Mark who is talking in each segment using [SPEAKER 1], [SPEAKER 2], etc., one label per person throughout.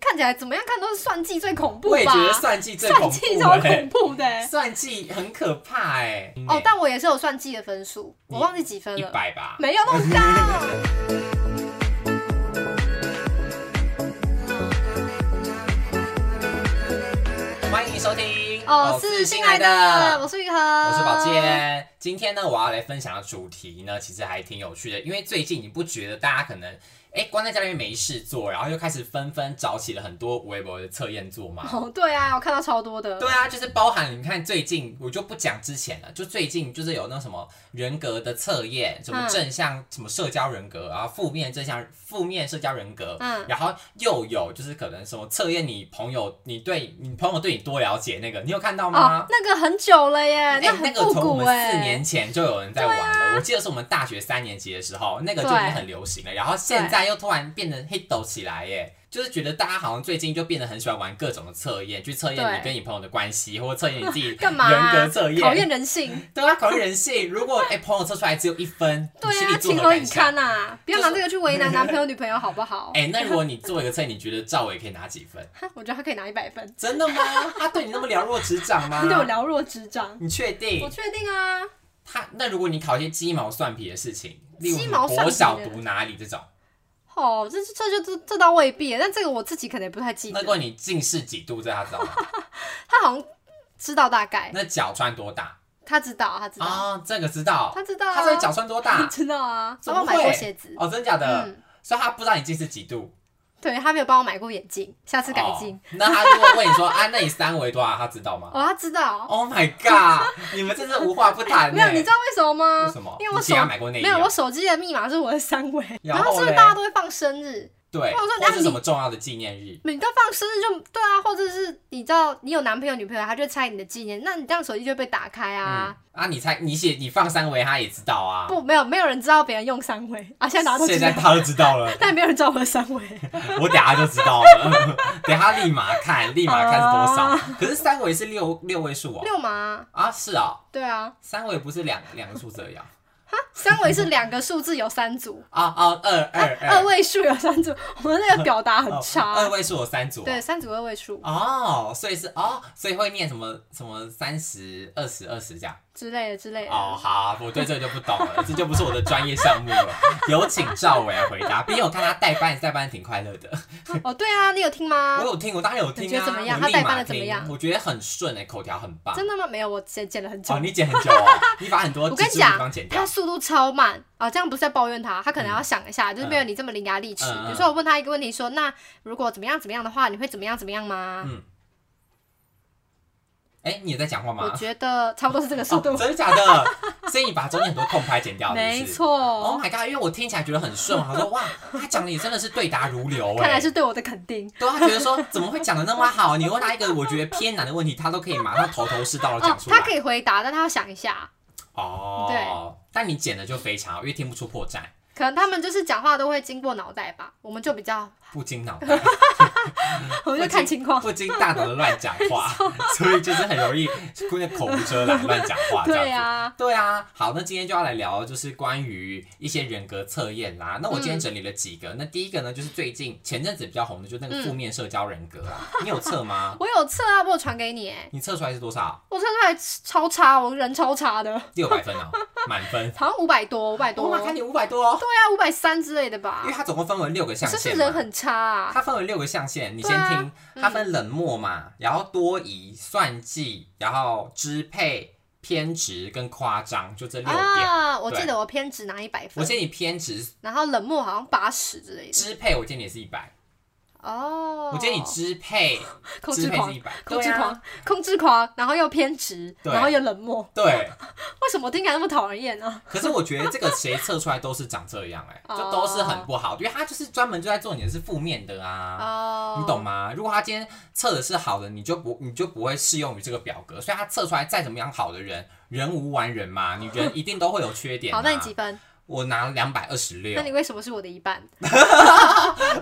[SPEAKER 1] 看起来怎么样看都是算计最恐怖吧？
[SPEAKER 2] 我也觉得算计最
[SPEAKER 1] 算
[SPEAKER 2] 恐怖、
[SPEAKER 1] 计
[SPEAKER 2] 欸，
[SPEAKER 1] 超恐怖的、欸。
[SPEAKER 2] 算计很可怕哎、
[SPEAKER 1] 哦，但我也是有算计的分数，我忘记几分
[SPEAKER 2] 一
[SPEAKER 1] 了，
[SPEAKER 2] 百吧，
[SPEAKER 1] 没有那么高。
[SPEAKER 2] 欢迎收听
[SPEAKER 1] 哦，是新来的，我
[SPEAKER 2] 我
[SPEAKER 1] 是玉恒，
[SPEAKER 2] 是
[SPEAKER 1] 我
[SPEAKER 2] 宝。健。今天呢，我要来分享的主题呢，其实还挺有趣的，因为最近你不觉得大家可能哎、诶关在家里面没事做，然后又开始纷纷找起了很多微博的测验做嘛？
[SPEAKER 1] 哦，对啊，我看到超多的。
[SPEAKER 2] 对啊，就是包含你看最近，我就不讲之前了，就最近就是有那什么人格的测验，什么
[SPEAKER 1] 嗯
[SPEAKER 2] 正向、什么社交人格，然后负面正向负面社交人格，
[SPEAKER 1] 嗯
[SPEAKER 2] 然后又有就是可能什么测验你朋友，你对你朋友对你多了解那个，你有看到
[SPEAKER 1] 哦
[SPEAKER 2] 吗？，
[SPEAKER 1] 那个很久了耶，
[SPEAKER 2] 哎那
[SPEAKER 1] 很
[SPEAKER 2] 个
[SPEAKER 1] 复
[SPEAKER 2] 从我
[SPEAKER 1] 古啊
[SPEAKER 2] 们
[SPEAKER 1] 哎。
[SPEAKER 2] 四年前就有人在玩了，我记得是我们大学三年级的时候，那个就已
[SPEAKER 1] 对
[SPEAKER 2] 经很流行了，然后现在又突然变得 hit 抖起来耶，就是觉得大家好像最近就变得很喜欢玩各种的测验，去测验
[SPEAKER 1] 对
[SPEAKER 2] 你跟你朋友的关系，或者测验你自 己
[SPEAKER 1] 干嘛啊、
[SPEAKER 2] 人格测
[SPEAKER 1] 考验
[SPEAKER 2] 验，
[SPEAKER 1] 人性。
[SPEAKER 2] 对啊，考验人性。如果哎、朋友测出来只有一分，
[SPEAKER 1] 对
[SPEAKER 2] 你心
[SPEAKER 1] 啊
[SPEAKER 2] 里，作
[SPEAKER 1] 情
[SPEAKER 2] 何
[SPEAKER 1] 何以
[SPEAKER 2] 感想？
[SPEAKER 1] 堪啊！不要拿这个去为难男朋友、女朋友，好不好？
[SPEAKER 2] 哎、那如果你做一个测验，你觉得赵伟可以拿几分？
[SPEAKER 1] 哈我觉得他可以拿一百分，
[SPEAKER 2] 真 的吗？他对你那么了若指掌吗？
[SPEAKER 1] 他 对我了若指掌。
[SPEAKER 2] 你确
[SPEAKER 1] 我
[SPEAKER 2] 定？
[SPEAKER 1] 确定啊，
[SPEAKER 2] 他那如果你考一些鸡毛蒜皮的事情，例如
[SPEAKER 1] 鸡毛蒜皮的
[SPEAKER 2] 国小读哪里这种，
[SPEAKER 1] 哦，这这就这这倒未必耶，但这个我自己可能也不太记
[SPEAKER 2] 那
[SPEAKER 1] 得
[SPEAKER 2] 如。果你近视几度，这他知道 吗？
[SPEAKER 1] 他好像知道大概，
[SPEAKER 2] 那脚穿多大？
[SPEAKER 1] 他知道，他知道，
[SPEAKER 2] 啊，这个知道
[SPEAKER 1] 他，知道、啊，
[SPEAKER 2] 他知道你脚穿多大？
[SPEAKER 1] 知道啊，
[SPEAKER 2] 怎
[SPEAKER 1] 他
[SPEAKER 2] 么
[SPEAKER 1] 帮我买过
[SPEAKER 2] 会
[SPEAKER 1] 鞋子，
[SPEAKER 2] 哦，真假的
[SPEAKER 1] 嗯？
[SPEAKER 2] 所以他不知道你近视几度，
[SPEAKER 1] 对他没有帮我买过眼镜，下次改进。
[SPEAKER 2] 哦。那他如果问你说，啊，那你三围多少？他知道吗
[SPEAKER 1] 哦他知道，
[SPEAKER 2] ？Oh my god！你们真是无话不谈 欸呢。
[SPEAKER 1] 没有，你知道为什么吗？
[SPEAKER 2] 为什么？
[SPEAKER 1] 因为我
[SPEAKER 2] 你
[SPEAKER 1] 手
[SPEAKER 2] 姐要买过内衣
[SPEAKER 1] 没
[SPEAKER 2] 啊，
[SPEAKER 1] 有，我手机的密码是我的三围，
[SPEAKER 2] 然
[SPEAKER 1] 然
[SPEAKER 2] 后
[SPEAKER 1] 后是不是
[SPEAKER 2] 嘞
[SPEAKER 1] 大家都会放生日？
[SPEAKER 2] 对，
[SPEAKER 1] 我说
[SPEAKER 2] 或
[SPEAKER 1] 啊
[SPEAKER 2] 是
[SPEAKER 1] 你
[SPEAKER 2] 什么重要的纪念日？
[SPEAKER 1] 你都放生日就对啊，或者是你知道你有男朋友女朋友，他就会猜你的纪念，那你这样手机就会被打开啊
[SPEAKER 2] 嗯。，啊，你猜，你写你放三围，他也知道啊。
[SPEAKER 1] 不，没有没有人知道别人用三围啊，现在大家都
[SPEAKER 2] 现
[SPEAKER 1] 知
[SPEAKER 2] 在
[SPEAKER 1] 道，
[SPEAKER 2] 他都知道了，
[SPEAKER 1] 但没有人知道我的三围。
[SPEAKER 2] 我等下就知道了，等下立马看，立马看是多
[SPEAKER 1] 哦
[SPEAKER 2] 少。可是三围是六六位数哦。
[SPEAKER 1] 六嘛，
[SPEAKER 2] 啊，是啊、
[SPEAKER 1] 对啊，
[SPEAKER 2] 三围不是两两个数字而已啊。
[SPEAKER 1] 三围是两个数字有三组，
[SPEAKER 2] 啊啊，二二
[SPEAKER 1] 二位数有三组，我们那个表达很
[SPEAKER 2] 哦二
[SPEAKER 1] 差。
[SPEAKER 2] 位数有三组、哦。
[SPEAKER 1] 对，三组二位数
[SPEAKER 2] 哦，所以是哦，所以会念什么什么三十二十二十这样。
[SPEAKER 1] 之类的之类的。
[SPEAKER 2] 哦，好，我对这个就不懂了，这就不是我的专业项目了。有请赵伟来回答，毕竟我看他代班，代班挺快乐的。
[SPEAKER 1] 哦，对啊，你有听吗
[SPEAKER 2] 我？有听，我当然有听啊。
[SPEAKER 1] 你觉得怎么样
[SPEAKER 2] 我立马
[SPEAKER 1] 他代班得怎么样
[SPEAKER 2] 听我觉得很顺哎、口条很棒。
[SPEAKER 1] 真的吗？没有，我剪剪了很久
[SPEAKER 2] 哦，。你剪很久 哦，你把很多
[SPEAKER 1] 我
[SPEAKER 2] 蜘
[SPEAKER 1] 跟你
[SPEAKER 2] 蛛的地
[SPEAKER 1] 讲
[SPEAKER 2] 方剪，掉
[SPEAKER 1] 他。速度超慢啊！这样不是在抱怨他，他可能要想一下，就是没有你这么伶牙俐齿。
[SPEAKER 2] 嗯嗯嗯
[SPEAKER 1] 比如说我问他一个问题说，那如果怎么样怎么样的话，你会怎么样怎么样吗？
[SPEAKER 2] 嗯哎、你也在讲话吗？
[SPEAKER 1] 我觉得差不多是这个速
[SPEAKER 2] 哦
[SPEAKER 1] 度，
[SPEAKER 2] 真的假的？所以你把中间很多空拍剪掉，是不是
[SPEAKER 1] 没。错
[SPEAKER 2] Oh。my god！因为我听起来觉得很顺，我 想说哇，他讲的也真的是对答如流
[SPEAKER 1] 看来
[SPEAKER 2] 哎。
[SPEAKER 1] 是对我的肯定。
[SPEAKER 2] 对啊，他觉得说怎么会讲的那么好？你问他一个我觉得偏难的问题，他都可以马上头头是道的
[SPEAKER 1] 哦
[SPEAKER 2] 讲，出来
[SPEAKER 1] 他。可以回答，但他要想一下。
[SPEAKER 2] 哦，
[SPEAKER 1] 对。
[SPEAKER 2] 但你剪的就非常好，因为听不出破绽，
[SPEAKER 1] 可能他们就是讲话都会经过脑袋吧，我们就比较，
[SPEAKER 2] 不经脑袋，
[SPEAKER 1] 我们就看情况。
[SPEAKER 2] 不经大脑的乱讲话， 所以就是很容易跟着口无遮拦乱讲话这样
[SPEAKER 1] 对
[SPEAKER 2] 子。
[SPEAKER 1] 啊，
[SPEAKER 2] 对啊，好，那今天就要来聊，就是关于一些人格测验啦。那我今天
[SPEAKER 1] 嗯
[SPEAKER 2] 整理了几个，那第一个呢，就是最近前阵子比较红的，就那个
[SPEAKER 1] 嗯
[SPEAKER 2] 负面社交人格 啊，你有测吗？
[SPEAKER 1] 我有测啊，我有传给你，哎，
[SPEAKER 2] 你测出来是多少？
[SPEAKER 1] 我测出来超差，我人超差的，
[SPEAKER 2] 六 百分哦，满分。
[SPEAKER 1] 好像五百多，五百多，
[SPEAKER 2] 我
[SPEAKER 1] 对
[SPEAKER 2] 妈看你五百多哦，
[SPEAKER 1] 啊，五百三之类的吧
[SPEAKER 2] 因为。它总共分为六个象
[SPEAKER 1] 这是
[SPEAKER 2] 限
[SPEAKER 1] 人
[SPEAKER 2] 嘛。
[SPEAKER 1] 很差、啊。
[SPEAKER 2] 它分为六个象限，你先
[SPEAKER 1] 对啊
[SPEAKER 2] 听，它分冷漠嘛，然后多疑、算计，然后支配、偏执跟夸张，就这六点。
[SPEAKER 1] 啊，我记
[SPEAKER 2] 对
[SPEAKER 1] 得我偏执拿一百
[SPEAKER 2] 我
[SPEAKER 1] 分，
[SPEAKER 2] 建议你偏执
[SPEAKER 1] 然后冷漠好像八十之类的。
[SPEAKER 2] 支配，我建议你是一百，
[SPEAKER 1] 哦，
[SPEAKER 2] 我建议你支配
[SPEAKER 1] 控
[SPEAKER 2] 支
[SPEAKER 1] 制
[SPEAKER 2] 配是
[SPEAKER 1] 狂
[SPEAKER 2] 一，百，
[SPEAKER 1] 控
[SPEAKER 2] 对
[SPEAKER 1] 制
[SPEAKER 2] 啊
[SPEAKER 1] 狂，控制狂，然后又偏执，
[SPEAKER 2] 对
[SPEAKER 1] 然后又冷漠，
[SPEAKER 2] 对，
[SPEAKER 1] 为什么听起来那么讨人厌啊呢？
[SPEAKER 2] 可是我觉得这个谁测出来都是长这样、哎，
[SPEAKER 1] 哦
[SPEAKER 2] 就都是很不好，因为他就是专门就在做你的是负面的啊。
[SPEAKER 1] 哦，
[SPEAKER 2] 你懂？吗？如果他今天测的是好的，你就不你就不会适用于这个表格，所以他测出来再怎么样好的人，人无完人嘛，你人一定都会有缺点、啊。
[SPEAKER 1] 好，那你几分？
[SPEAKER 2] 我拿两百二十六
[SPEAKER 1] 那，你为什么是我的一半？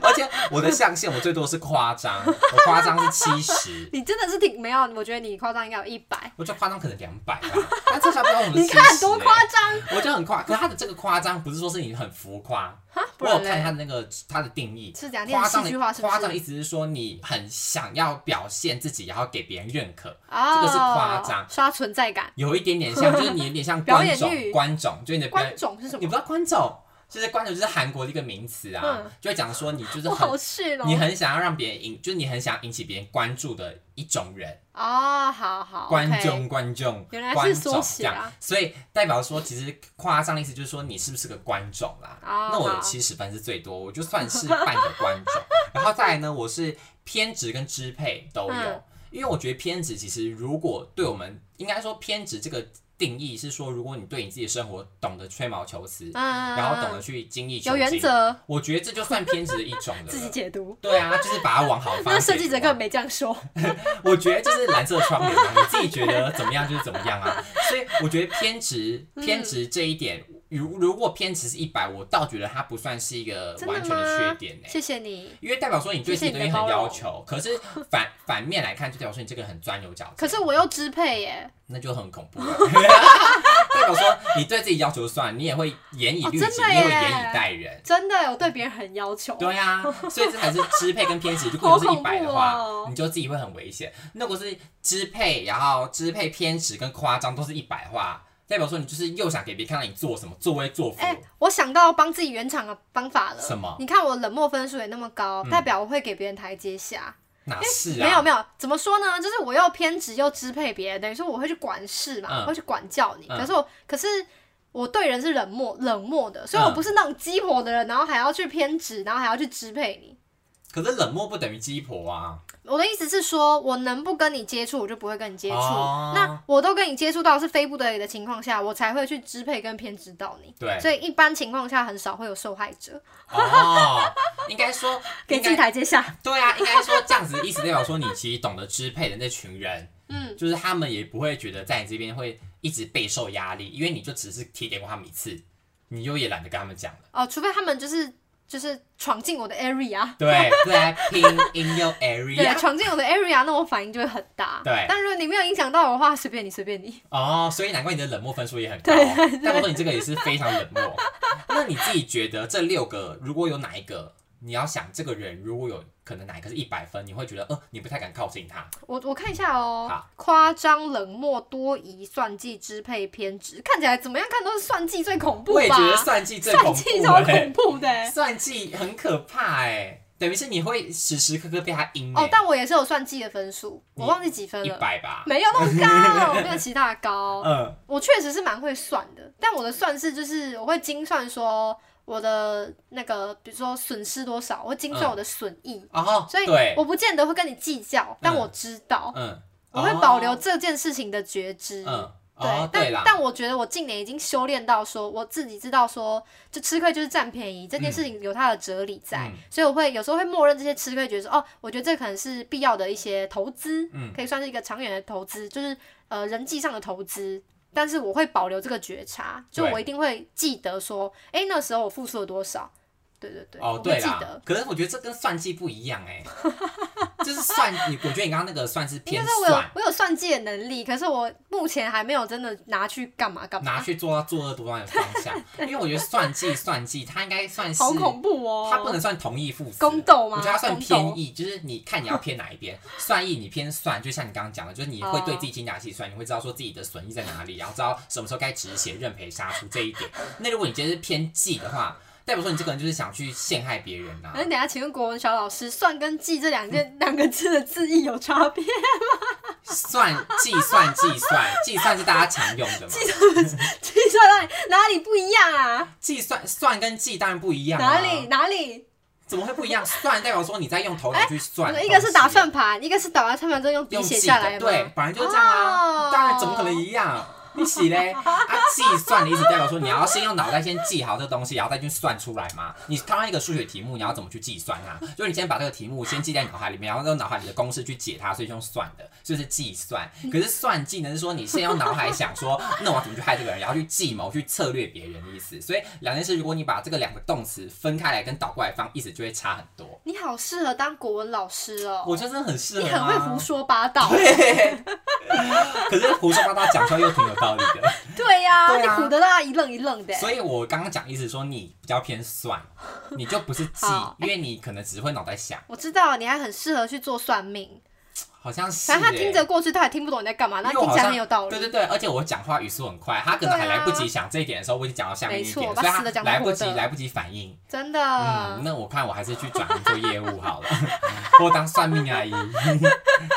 [SPEAKER 2] 而且我的象限我最多是夸张，我夸张是七十，
[SPEAKER 1] 你真的是挺没有，我觉得你夸张应该有一百。
[SPEAKER 2] 我觉得夸张可能两百吧， 但测出来不到我们欸
[SPEAKER 1] 你看多夸张！
[SPEAKER 2] 我就很夸，可是他的这个夸张不是说是你很浮夸，
[SPEAKER 1] 哈，不
[SPEAKER 2] 我有
[SPEAKER 1] 然
[SPEAKER 2] 看
[SPEAKER 1] 嘞
[SPEAKER 2] 他的那个他的定义，
[SPEAKER 1] 是怎样？念
[SPEAKER 2] 夸张
[SPEAKER 1] 戏
[SPEAKER 2] 的
[SPEAKER 1] 剧化是不
[SPEAKER 2] 夸张的
[SPEAKER 1] 是？
[SPEAKER 2] 意思是说你很想要表现自己，然后给别人认可，
[SPEAKER 1] 啊
[SPEAKER 2] 这个是夸张
[SPEAKER 1] 刷存在感。
[SPEAKER 2] 有一点 点像，就是你有点像
[SPEAKER 1] 表
[SPEAKER 2] 观
[SPEAKER 1] 演
[SPEAKER 2] 众，
[SPEAKER 1] 欲
[SPEAKER 2] 观众就是你的表
[SPEAKER 1] 观
[SPEAKER 2] 演，
[SPEAKER 1] 众是什
[SPEAKER 2] 你
[SPEAKER 1] 么
[SPEAKER 2] 不？知道观众，就是观众就是韩国的一个名词啊，
[SPEAKER 1] 嗯
[SPEAKER 2] 就会讲说你就是
[SPEAKER 1] 我
[SPEAKER 2] 很
[SPEAKER 1] 好逊哦。
[SPEAKER 2] 你很想要让别人引，就是你很想引起别人关注的一种人，
[SPEAKER 1] 哦，好好。
[SPEAKER 2] 观
[SPEAKER 1] OK 嗯
[SPEAKER 2] 众观众，
[SPEAKER 1] 原来是
[SPEAKER 2] 观
[SPEAKER 1] 缩
[SPEAKER 2] 众
[SPEAKER 1] 写
[SPEAKER 2] 这样
[SPEAKER 1] 啊，
[SPEAKER 2] 所以代表说，其实夸张的意思就是说你是不是个观众啦？
[SPEAKER 1] 哦
[SPEAKER 2] 那我有
[SPEAKER 1] 好
[SPEAKER 2] 七十分是最多，我就算是半个观 众。然后再来呢，我是偏执跟支配都有，
[SPEAKER 1] 嗯
[SPEAKER 2] 因为我觉得偏执其实如果对我们应该说偏执这个定义是说，如果你对你自己的生活懂得吹毛求疵，
[SPEAKER 1] 嗯，
[SPEAKER 2] 然后懂得去精益求
[SPEAKER 1] 有原
[SPEAKER 2] 精，
[SPEAKER 1] 则，
[SPEAKER 2] 我觉得这就算偏执的一种了
[SPEAKER 1] 自己
[SPEAKER 2] 啦。
[SPEAKER 1] 解读。
[SPEAKER 2] 对啊，就是把它往好的 方
[SPEAKER 1] 那
[SPEAKER 2] 向。
[SPEAKER 1] 设计者根本没这样说。
[SPEAKER 2] 我觉得就是蓝色窗帘嘛，你自己觉得怎么样就是怎么样啊。所以我觉得偏执，偏执这一点，如如果偏执是一百，我倒觉得它不算是一个
[SPEAKER 1] 真的
[SPEAKER 2] 完全的
[SPEAKER 1] 吗
[SPEAKER 2] 缺点欸呢、
[SPEAKER 1] 谢谢你。
[SPEAKER 2] 因为代表说你对自己东西
[SPEAKER 1] 谢谢你
[SPEAKER 2] 很
[SPEAKER 1] 的包
[SPEAKER 2] 要
[SPEAKER 1] 容
[SPEAKER 2] 求，可是反反面来看，就代表说你这个人很钻牛角尖，
[SPEAKER 1] 可是我又支配耶，
[SPEAKER 2] 那就很恐怖了。 代表说你对自己要求算，你也会严以律己，
[SPEAKER 1] 哦真的
[SPEAKER 2] 你也会
[SPEAKER 1] 耶
[SPEAKER 2] 严以待人。
[SPEAKER 1] 真的，我对别人很要求。
[SPEAKER 2] 对啊，所以这才是支配跟偏执。如果都是一百的话，
[SPEAKER 1] 好恐怖哦
[SPEAKER 2] 你就自己会很危险。如果是支配，然后支配偏执跟夸张都是一百的话，代表说你就是又想给别人看到你做什么，作威作福。
[SPEAKER 1] 哎、我想到帮自己圆场的方法了。
[SPEAKER 2] 什么嗯
[SPEAKER 1] 你看我冷漠分数也那么高，代表我会给别人台阶下。
[SPEAKER 2] 哪是啊？
[SPEAKER 1] 没有没有，怎么说呢？就是我又偏执又支配别人，等于说我会去管事嘛，
[SPEAKER 2] 嗯
[SPEAKER 1] 我会去管教你。
[SPEAKER 2] 嗯
[SPEAKER 1] 可是我可是我对人是冷漠冷漠的，所以我
[SPEAKER 2] 嗯
[SPEAKER 1] 不是那种激活的人，然后还要去偏执，然后还要去支配你。
[SPEAKER 2] 可是冷漠不等于鸡婆啊。
[SPEAKER 1] 我的意思是说，我能不跟你接触，我就不会跟你接触。
[SPEAKER 2] 哦
[SPEAKER 1] 那我都跟你接触到是非不得已的情况下，我才会去支配跟偏执到你。
[SPEAKER 2] 对
[SPEAKER 1] 所以一般情况下很少会有受害者，
[SPEAKER 2] 哦，应该说，
[SPEAKER 1] 给
[SPEAKER 2] 应
[SPEAKER 1] 自己
[SPEAKER 2] 该
[SPEAKER 1] 台阶下。
[SPEAKER 2] 对啊，应该说这样子的意思代表说你其实懂得支配的那群人，
[SPEAKER 1] 嗯，
[SPEAKER 2] 就是他们也不会觉得在你这边会一直备受压力，因为你就只是提点过他们一次，你就也懒得跟他们讲了。
[SPEAKER 1] 哦、除非他们就是就是闯进我的 area，
[SPEAKER 2] 对，在拼 in your
[SPEAKER 1] 对，
[SPEAKER 2] area
[SPEAKER 1] 闯进我的 area，那我反应就会很大。
[SPEAKER 2] 啊对
[SPEAKER 1] 但如果你没有影响到我的话，随便你，随便你。
[SPEAKER 2] 哦，所以难怪你的冷漠分数也很高，代表说你这个也是非常 冷漠。那你自己觉得这六个如果有哪一个，你要想这个人如果有可能哪一个是一百分，你会觉得呃你不太敢靠近他，
[SPEAKER 1] 我我看一下哦
[SPEAKER 2] 好，
[SPEAKER 1] 夸张、冷漠、多疑、算计、支配、偏执，看起来怎么样看都是算计最恐怖吧？
[SPEAKER 2] 我也觉得算计最
[SPEAKER 1] 算
[SPEAKER 2] 恐
[SPEAKER 1] 计超
[SPEAKER 2] 怖、
[SPEAKER 1] 恐
[SPEAKER 2] 欸，
[SPEAKER 1] 怖的、欸。
[SPEAKER 2] 算计很可怕哎、等于是你会时时刻刻被他阴
[SPEAKER 1] 哦
[SPEAKER 2] 欸，，
[SPEAKER 1] 但我也是有算计的分数，我忘记几分
[SPEAKER 2] 一
[SPEAKER 1] 了，
[SPEAKER 2] 百吧，
[SPEAKER 1] 没有那么高，没有其他的高。
[SPEAKER 2] 嗯，
[SPEAKER 1] 我确实是蛮会算的，但我的算是就是我会精算说我的那个，比如说损失多少，我会
[SPEAKER 2] 嗯
[SPEAKER 1] 精算我的损益，
[SPEAKER 2] 哦，
[SPEAKER 1] 所以
[SPEAKER 2] 对，
[SPEAKER 1] 我不见得会跟你计较，但我知道，
[SPEAKER 2] 嗯，
[SPEAKER 1] 我会保留
[SPEAKER 2] 哦，
[SPEAKER 1] 这件事情的觉知。
[SPEAKER 2] 嗯，
[SPEAKER 1] 对，
[SPEAKER 2] 哦，对
[SPEAKER 1] 但
[SPEAKER 2] 啦，
[SPEAKER 1] 但我觉得我近年已经修炼到说，我自己知道说，就吃亏就是占便宜这件事情有它的哲理在，
[SPEAKER 2] 嗯
[SPEAKER 1] 所以我会有时候会默认这些吃亏，觉得说，哦，我觉得这可能是必要的一些投资，
[SPEAKER 2] 嗯
[SPEAKER 1] 可以算是一个长远的投资，就是呃人际上的投资。但是我会保留这个觉察，就
[SPEAKER 2] 对
[SPEAKER 1] 我一定会记得说，哎、那时候我付出了多少。对对对，我，
[SPEAKER 2] 哦
[SPEAKER 1] 会
[SPEAKER 2] 对
[SPEAKER 1] 记
[SPEAKER 2] 啦
[SPEAKER 1] 得。，
[SPEAKER 2] 可是我觉得这跟算计不一样哎、 就是算你，我觉得你刚刚那个算是
[SPEAKER 1] 应
[SPEAKER 2] 偏
[SPEAKER 1] 该说我有
[SPEAKER 2] 算，
[SPEAKER 1] 我有算计的能力，可是我目前还没有真的拿去干嘛干
[SPEAKER 2] 拿
[SPEAKER 1] 嘛，
[SPEAKER 2] 去做到作恶多端的方 向。因为我觉得算计算计，它应该算是，
[SPEAKER 1] 好恐怖哦！
[SPEAKER 2] 它不能算同意附词，
[SPEAKER 1] 宫斗吗
[SPEAKER 2] 我觉得它算
[SPEAKER 1] 宫
[SPEAKER 2] 偏
[SPEAKER 1] 斗
[SPEAKER 2] 义，就是你看你要偏哪一边， 算义你偏算，就像你刚刚讲的，就是你会对自己精打细算，
[SPEAKER 1] 哦
[SPEAKER 2] 你会知道说自己的损益在哪里，然后知道什么时候该止血、认赔杀出这一点。那如果你今天是偏计的话，代表说你这个人就是想去陷害别人啊
[SPEAKER 1] 那。等一下，请问国文小老师，算跟计这两件两个字的字义有差别？
[SPEAKER 2] 算计算计算计算是大家常用的嘛？
[SPEAKER 1] 计算哪里哪里不一样啊？
[SPEAKER 2] 计算算跟计当然不一样、啊，
[SPEAKER 1] 哪里哪里？
[SPEAKER 2] 怎么会不一样？算代表说你在用头脑去算、
[SPEAKER 1] 一个是打。算盘，一个是打完算盘之后用笔
[SPEAKER 2] 用
[SPEAKER 1] 写
[SPEAKER 2] 记
[SPEAKER 1] 下来
[SPEAKER 2] 的，
[SPEAKER 1] 吗？
[SPEAKER 2] 对，本来就是这样啊，
[SPEAKER 1] 哦
[SPEAKER 2] 当然怎么可能一样？你洗嘞 啊，计算的意思代表说你要先用脑袋先记好这东西，然后再去算出来嘛。你看到一个数学题目，你要怎么去计算它？就是你先把这个题目先记在脑海里面，然后用脑海里的公式去解它，所以就用算的，就是计算。
[SPEAKER 1] 嗯
[SPEAKER 2] 可是算计呢，是说你先用脑海想说， 那我要怎么去害这个人，然后去计谋去策略别人的意思。所以两件事，如果你把这个两个动词分开来跟倒过来放，意思就会差很多。
[SPEAKER 1] 你好适合当国文老师哦，
[SPEAKER 2] 我觉得真的很适合、啊，
[SPEAKER 1] 你很会胡说八道。
[SPEAKER 2] 可是胡说八道讲出来又挺有道理的，
[SPEAKER 1] 对呀、
[SPEAKER 2] 对
[SPEAKER 1] 你
[SPEAKER 2] 啊
[SPEAKER 1] 唬得大家一愣一愣的欸。
[SPEAKER 2] 所以我刚刚讲意思说你比较偏算，你就不是记
[SPEAKER 1] 好，
[SPEAKER 2] 因为你可能只会脑袋想，
[SPEAKER 1] 我知道你还很适合去做算命，
[SPEAKER 2] 好像是、欸。
[SPEAKER 1] 反正他听着过去，他也听不懂你在干嘛，
[SPEAKER 2] 因
[SPEAKER 1] 那
[SPEAKER 2] 为我
[SPEAKER 1] 听
[SPEAKER 2] 好
[SPEAKER 1] 起来
[SPEAKER 2] 像
[SPEAKER 1] 很有道理啊
[SPEAKER 2] 对。对对，而且我讲话语速很快，他可能还来不及想这一点的时候，我已经讲到下面一
[SPEAKER 1] 没错
[SPEAKER 2] 点，
[SPEAKER 1] 把
[SPEAKER 2] 所以
[SPEAKER 1] 死
[SPEAKER 2] 他
[SPEAKER 1] 的讲
[SPEAKER 2] 来
[SPEAKER 1] 成活
[SPEAKER 2] 不
[SPEAKER 1] 的
[SPEAKER 2] 及来不及反应。
[SPEAKER 1] 真的，
[SPEAKER 2] 嗯，那我看我还是去转型做业务好了， 或当算命 阿姨